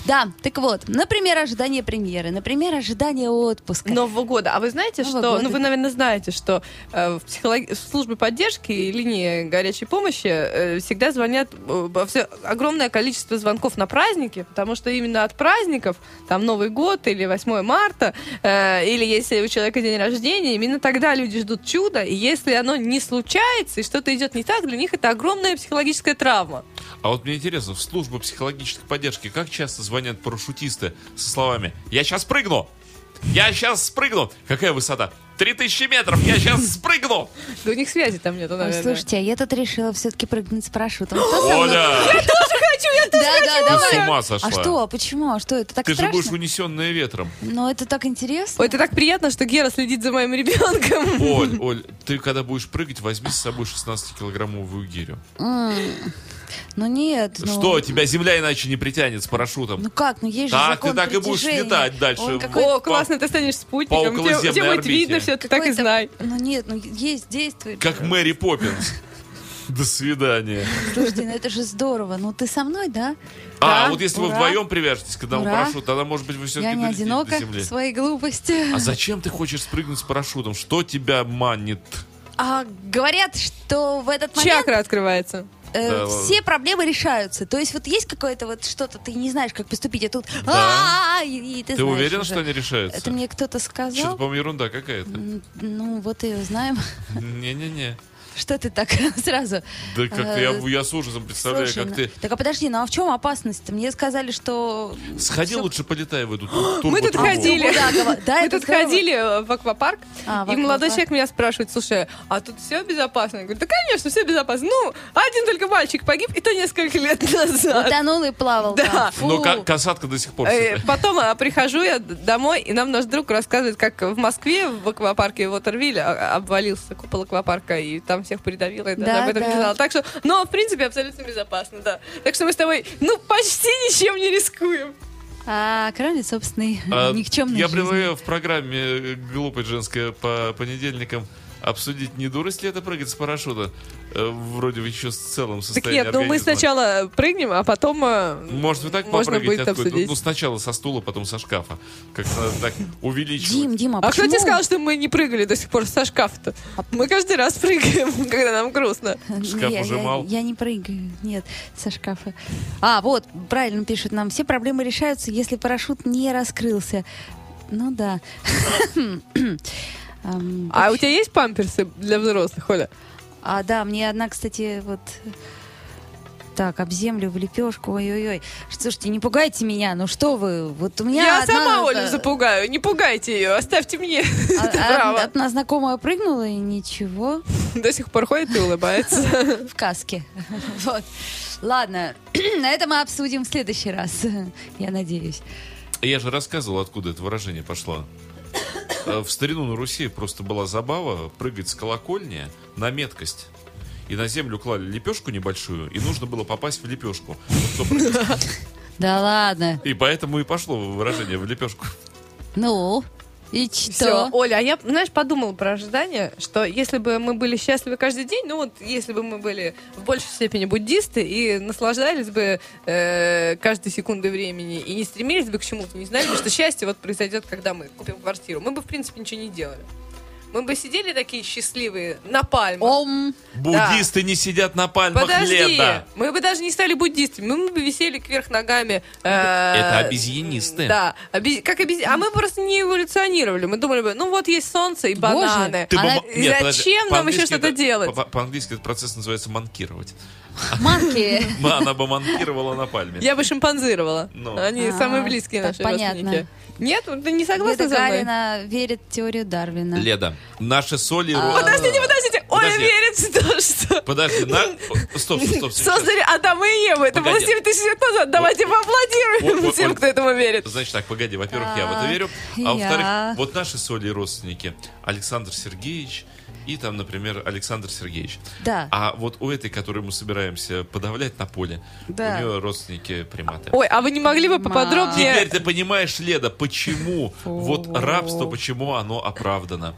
Да, так вот, например, ожидание премьеры, например, ожидание отпуска.
Нового года. А вы знаете,
Нового
что...
года.
Ну, вы, наверное, знаете, что э, в, психолог- в службе поддержки и линии горячей помощи э, всегда звонят... э, всё- огромное количество звонков на праздники, потому что именно от праздников, там, Новый год или 8 марта, э, или если у человека день рождения, именно тогда люди ждут чуда, и если оно не случается, и что-то идет не так, для них это огромная психологическая травма.
А вот мне интересно, в службу психологической поддержки как часто звонят парашютисты со словами «Я сейчас прыгну! Я сейчас спрыгну! Какая высота? 3000 метров! Я сейчас спрыгну!»
Да у них связи там нету,
Ой,
наверное.
слушайте, а я тут решила все-таки прыгнуть с парашютом. Кто со мной?
Оля,
Да, да,
ты с
давай.
ума
А
сошла!
что, почему? А что, это так
Ты же будешь
страшно?
унесенная ветром.
Но это так интересно.
Ой, это так приятно, что Гера следит за моим ребенком.
Оль, Оль, ты когда будешь прыгать, возьми с собой 16-килограммовую гирю.
М. Ну нет. ну-
Что, тебя земля иначе не притянет с парашютом?
Ну как, ну есть же
Так, ты
закон
так и будешь
притяжения.
летать дальше.
Он какой-
О, классно, ты станешь спутником.
по
Тебе,
околоземной
тебе будет
орбите.
видно все, ты так и
какой-то-
знай.
Ну нет, ну есть, действует.
Как Мэри Поппинс. До свидания.
Слушайте, ну это же здорово. Ну ты со мной, да?
А,
Да,
вот если вы
ура.
вдвоем привяжетесь к одному
Ура.
парашюту, тогда, может быть, вы все-таки
Я не
долетите
одинока
до
в
земли.
своей глупости.
А зачем ты хочешь спрыгнуть с парашютом? Что тебя манит?
А говорят, что в этот момент
Чакра открывается.
э,
Да, ладно.
все проблемы решаются. То есть вот есть какое-то вот что-то, ты не знаешь, как поступить, а тут
Да.
«А-а-а», и, и ты
Ты
знаешь
уверена,
уже.
что они решаются?
Это мне кто-то
Что-то,
сказал.
по-моему, ерунда какая-то.
М, Ну вот и узнаем.
Не-не-не.
Что ты так сразу?
Да как
Э,
я, я с ужасом представляю,
Слушай,
как
ну-
ты...
Так а подожди, ну а в чем опасность? Мне сказали, что...
Сходи
ну, всё-
лучше полетай в эту
Мы тут
турботрубу.
ходили.
Да, гова- да,
Мы
это
тут
здорово.
ходили э, в аквапарк,
А, в
и
аквапарк.
молодой человек меня спрашивает, слушай, а тут все безопасно? Я говорю, да, конечно, все безопасно. Ну, один только мальчик погиб, и то несколько лет
А,
назад.
Утонул и плавал.
Да.
там. Фу.
Но ка- касатка до сих пор...
Э,
сидит.
Потом а, прихожу я д- домой, и нам наш друг рассказывает, как в Москве в аквапарке Waterville а, обвалился купол аквапарка, и там всех придавило. и
Да,
она об этом
да.
писала. Так что, но, в принципе, абсолютно безопасно, да. Так что мы с тобой, ну, почти ничем не рискуем.
А кроме собственной
А,
никчемной
Я
жизни.
предлагаю в программе э, «Глупость женская» по понедельникам обсудить, не дурость ли это прыгать с парашюта, Э, вроде бы еще с целым
Так
состоянием
нет, ну мы
организма.
сначала прыгнем, а потом... э,
Может, вы так
можно
попрыгать
будет
откуда?
обсудить.
Ну, сначала со стула, потом со шкафа. Как надо так увеличивать.
Дим, Дима,
А кто тебе
почему? А
сказал, что мы не прыгали до сих пор со шкафа-то? Мы каждый раз прыгаем, когда нам грустно.
Шкаф
Ну, я,
уже
я-
мал.
я не прыгаю, нет, со шкафа. А, вот, правильно пишут нам, все проблемы решаются, если парашют не раскрылся. Ну да. Ам,
А у тебя есть памперсы для взрослых, Оля?
А, да, мне одна, кстати, вот... Так, об землю, в лепешку, ой-ой-ой. Слушайте, не пугайте меня, ну что вы, вот у меня
Я
одна-
сама Олю
э,
запугаю. Не пугайте ее, оставьте мне
а-
это
а-
право.
Одна знакомая прыгнула и ничего.
До сих пор ходит и улыбается.
в каске. Вот. Ладно, на это мы обсудим в следующий раз, я надеюсь.
Я же рассказывал, откуда это выражение пошло. Э, В старину на Руси просто была забава прыгать с колокольни на меткость. И на землю клали лепешку небольшую, и нужно было попасть в лепешку. Вот кто прыгал.
Да ладно.
И поэтому и пошло выражение в лепешку.
Ну, и
Все,
что?
Оля, а я, знаешь, подумала про ожидания, что если бы мы были счастливы каждый день, ну вот если бы мы были в большей степени буддисты и наслаждались бы э, каждой секундой времени и не стремились бы к чему-то, не знали бы, что счастье вот произойдет, когда мы купим квартиру, мы бы, в принципе, ничего не делали. Мы бы сидели такие счастливые на пальмах.
Ом.
Буддисты не сидят на пальмах
Подожди,
лета.
мы бы даже не стали буддистами, мы бы висели кверх ногами.
Это
Это
обезьянисты.
Да, обез- как обез- а мы просто не эволюционировали. Мы думали бы, ну вот есть солнце и
Боже.
бананы. А,
Ты бы
Она-
мо-
мо-
и
Нет, подожди,
Зачем нам
по-английски
еще что-то
это-
делать?
по- По-английски этот процесс называется манкировать.
Манки.
Ма- Она бы манкировала на пальме.
Я бы шимпанзировала.
Ну.
Они
А,
самые близкие
так
наши
понятно.
родственники. Нет, ты не согласна
Леда
за мной?
Галина верит в теорию Дарвина.
Леда, наши соли...
А. Подождите, подождите. Оля
Подожди.
верит в то, что...
Подожди, на... Стоп, стоп, стоп. сейчас.
Создали Адама и Еву. Это было
Погоди.
7 тысяч лет назад. Давайте
Вот,
поаплодируем
вот,
всем,
вот.
кто этому верит.
Значит так, погоди, во-первых, я в это
Так,
верю. А
я.
во-вторых, вот наши соли родственники. Александр Сергеевич и там, например, Александр Сергеевич.
Да.
А вот у этой, которую мы собираемся подавлять на поле,
Да.
у нее родственники приматы.
Ой, а вы не могли бы
Ма.
поподробнее...
Теперь ты понимаешь, Леда, почему вот рабство, почему оно оправдано.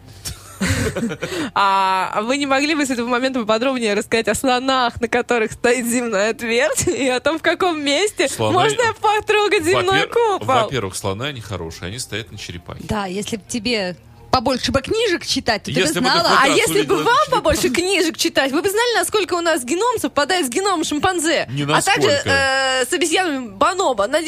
А а вы не могли бы с этого момента поподробнее рассказать о слонах, на которых стоит земная твердь, и о том, в каком месте
Слоны-
можно потрогать земной
Во-пер-
купол?
Во-первых, слоны, они хорошие, они стоят на черепахе.
Да, если бы тебе побольше бы книжек читать, то ты бы
Если бы ты
знала.
хоть
А
раз
если
увидела
бы вам
эту
побольше книжек читать, вы бы знали, насколько у нас геном совпадает с геномом шимпанзе.
Не
а также
насколько.
э, с обезьянами Баноба на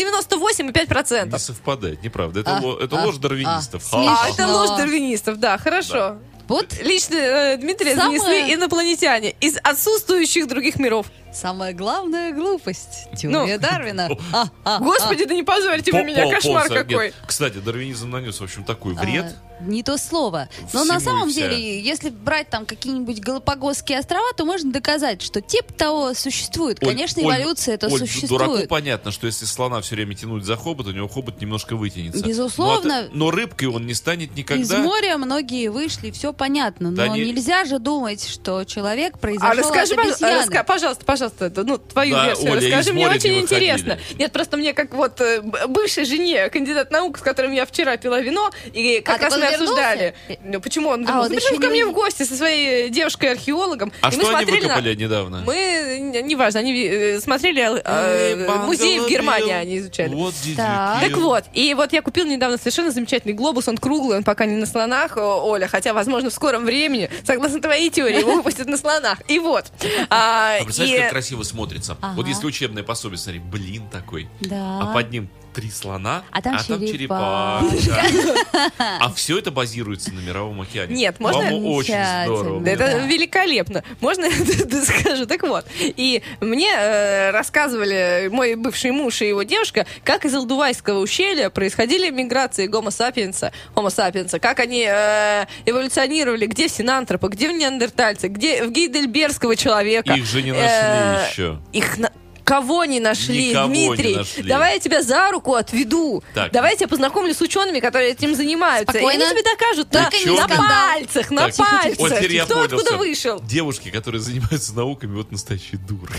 98,5%.
Не совпадает, неправда. Это,
А,
ло- это
а,
ложь дарвинистов.
а,
Ха-ха.
А это
Смешно.
ложь дарвинистов, да, хорошо.
Вот
Лично э, Дмитрия
Самое-
занесли инопланетяне из отсутствующих других миров.
самая главная глупость.
Ну,
Теория Дарвина. А, а,
Господи, да не позорьте
Пол-
вы меня,
пол-
кошмар
полсорген.
какой.
Кстати, дарвинизм нанес, в общем, такой
а.
вред.
А, Не то слово. Но
Всему
на
и
самом
вся.
деле, если брать там какие-нибудь Галапагосские острова, то можно доказать, что тип того существует.
Оль-
Конечно,
Оль-
эволюция это
Оль, дураку
существует.
понятно, что если слона все время тянуть за хобот, у него хобот немножко вытянется. Ну, а
Безусловно.
Но, от- но рыбкой он не станет
Из
никогда.
моря многие вышли, все понятно.
Да
Но
не-
нельзя же думать, что человек произошел
А расскажи,
от
пож-
обезьяны.
раска- пожалуйста, пожалуйста, это, ну, твою
Да,
версию.
Оля, из
расскажи, мне
моря не
очень
выходили.
интересно. Нет, просто мне как вот э, б- бывшей жене, кандидат наук, с которым я вчера пила вино, и как
ты
раз мы
подвернулся?
обсуждали. Ну, почему он
А,
вернулся?
он
Ну,
еще
пришел ко
не
мне в
уйдет.
гости со своей девушкой-археологом.
А
и
что
мы
они
смотрели на-
выкопали недавно?
Мы, н- неважно, они э, смотрели э, э,
Эй,
музей в
Бангалабил.
Германии, они изучали.
Вот дидюки.
Так.
Так вот, и вот я купила недавно совершенно замечательный глобус, он круглый, он пока не на слонах, о, Оля, хотя, возможно, в скором времени, согласно твоей теории, его выпустят на слонах. И вот. а,
А представляешь,
и-
как красиво смотрится.
Ага.
Вот если учебное пособие, смотри, блин такой.
Да.
А под ним три слона,
А там черепашка.
черепашка. А все это базируется на Мировом океане.
Нет, можно-
По-моему, очень
Замечательно.
здорово.
Да, это
Да.
великолепно. Можно я скажу? Так вот. И мне э, рассказывали мой бывший муж и его девушка, как из Алдувайского ущелья происходили миграции гомо сапиенса, homo sapiens, как они э, эволюционировали, где синантропы, где неандертальцы, где в гейдельбергского человека.
Их же не
Э,
нашли еще.
Их на- Кого не нашли,
Никого не
Дмитрий?
нашли.
Давай я тебя за руку отведу.
Так.
Давай я тебя познакомлю с учеными, которые этим занимаются. И
Спокойно.
они тебе докажут на,
Только
не
на
скандал.
пальцах, на
Так,
пальцах.
Вот теперь я
Кто
понял.
откуда
всё.
вышел?
Девушки, которые занимаются науками, вот настоящие дуры.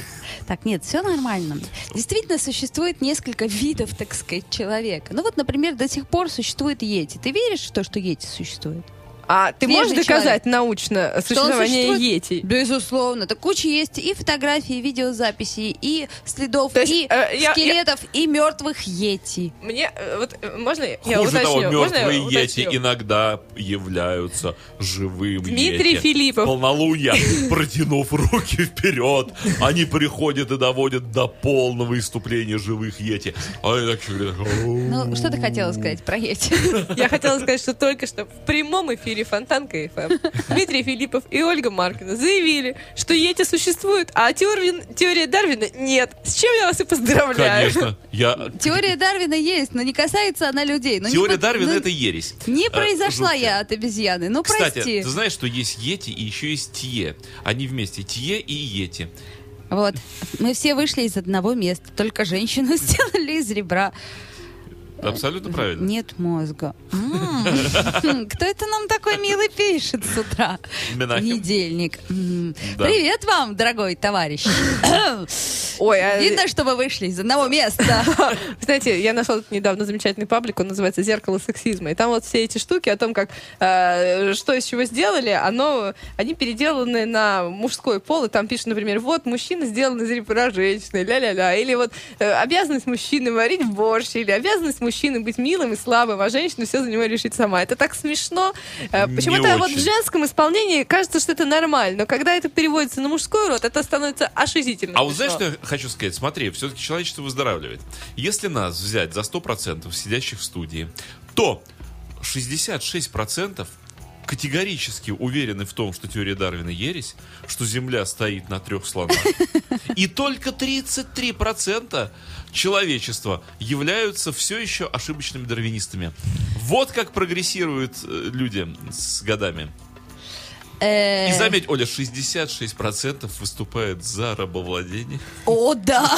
Так, нет, все нормально. Действительно, существует несколько видов, так сказать, человека. Ну вот, например, до сих пор существует Йети. Ты веришь в то, что Йети существует?
А ты
Снежный
можешь доказать научно существование
существует?
Йети?
Безусловно. Так куча есть и фотографий, и видеозаписей, и следов,
То есть,
и
э, я-
скелетов, и мертвых Йети.
Мне, э, вот, э, можно я
Хуже
уточню?
того,
Можно я
мертвые
уточню?
ети иногда являются живым
Дмитрий
йети.
Филиппов.
Полнолуние, протянув руки вперед, они приходят и доводят до полного иступления живых ети. А я так всё говорю, «О».
Ну, что ты хотела сказать про Йети?
Я хотела сказать, что только что в прямом эфире Фонтанка ФМ Дмитрий Филиппов и Ольга Маркина заявили, что Йети существует, а теорвин- теория Дарвина нет. С чем я вас и поздравляю.
Конечно,
Ну,
я...
Теория Дарвина есть, но не касается она людей. Ну, не
Теория
по-
Дарвина
ну,
это ересь.
Не
Э,
произошла
жуткая.
я от обезьяны, ну
Кстати,
прости.
ты знаешь, что есть Йети и еще есть Тие. Они вместе. Тие и Йети.
Вот, мы все вышли из одного места, только женщину сделали из ребра.
Абсолютно правильно.
Нет мозга. М. Кто это нам такой милый пишет с утра?
Менахем.
Недельник. М.
Да.
Привет вам, дорогой товарищ.
Ой, а-
Видно, что вы вышли из одного места.
Знаете, я нашла тут недавно замечательный паблик, он называется «Зеркало сексизма». И там вот все эти штуки о том, как э, что из чего сделали, оно, они переделаны на мужской пол. И там пишут, например, вот мужчина сделан из ребра женщины, ля-ля-ля. Или вот э, обязанность мужчины варить борщ, или обязанность мужчины быть милым и слабым, а женщина все за него решить сама. Это так смешно. Э,
Не
почему-то вот в
очень.
женском исполнении кажется, что это нормально. Но когда это переводится на мужской род, это становится ошизительно.
А вот знаешь,
смешно.
что я хочу сказать? Смотри, все-таки человечество выздоравливает. Если нас взять за 100% сидящих в студии, то 66% категорически уверены в том, что теория Дарвина ересь, что Земля стоит на трех слонах. И только 33% человечества являются все еще ошибочными дарвинистами. Вот как прогрессируют э, люди с годами.
Э,
И заметь, Оля, 66% выступает за рабовладение.
О, да.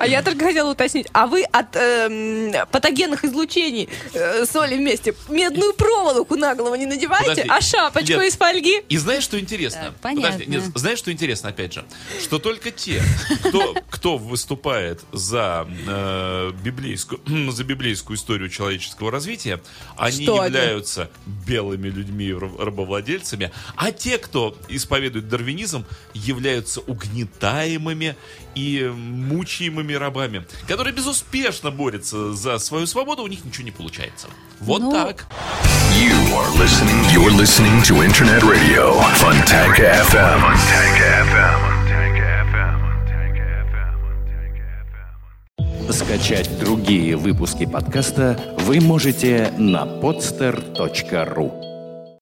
А я только хотела уточнить, а вы от эм, патогенных излучений э, соли вместе медную проволоку на голову не надеваете,
Подожди.
а шапочку
Нет.
из фольги?
И знаешь, что интересно?
Так, понятно.
нет, знаешь, что интересно, опять же, что только те, кто, кто выступает за, э, библейскую, за библейскую историю человеческого развития, они
Что они?
являются белыми людьми, раб- рабовладельцами, а те, кто исповедует дарвинизм, являются угнетаемыми и мучаемыми рабами, которые безуспешно борются за свою свободу, у них ничего не получается. Вот
Ну,
так.
You are listening. You're listening to Internet Radio. Funtank FM. Funtank FM.
Скачать другие выпуски подкаста вы можете на podster.ru.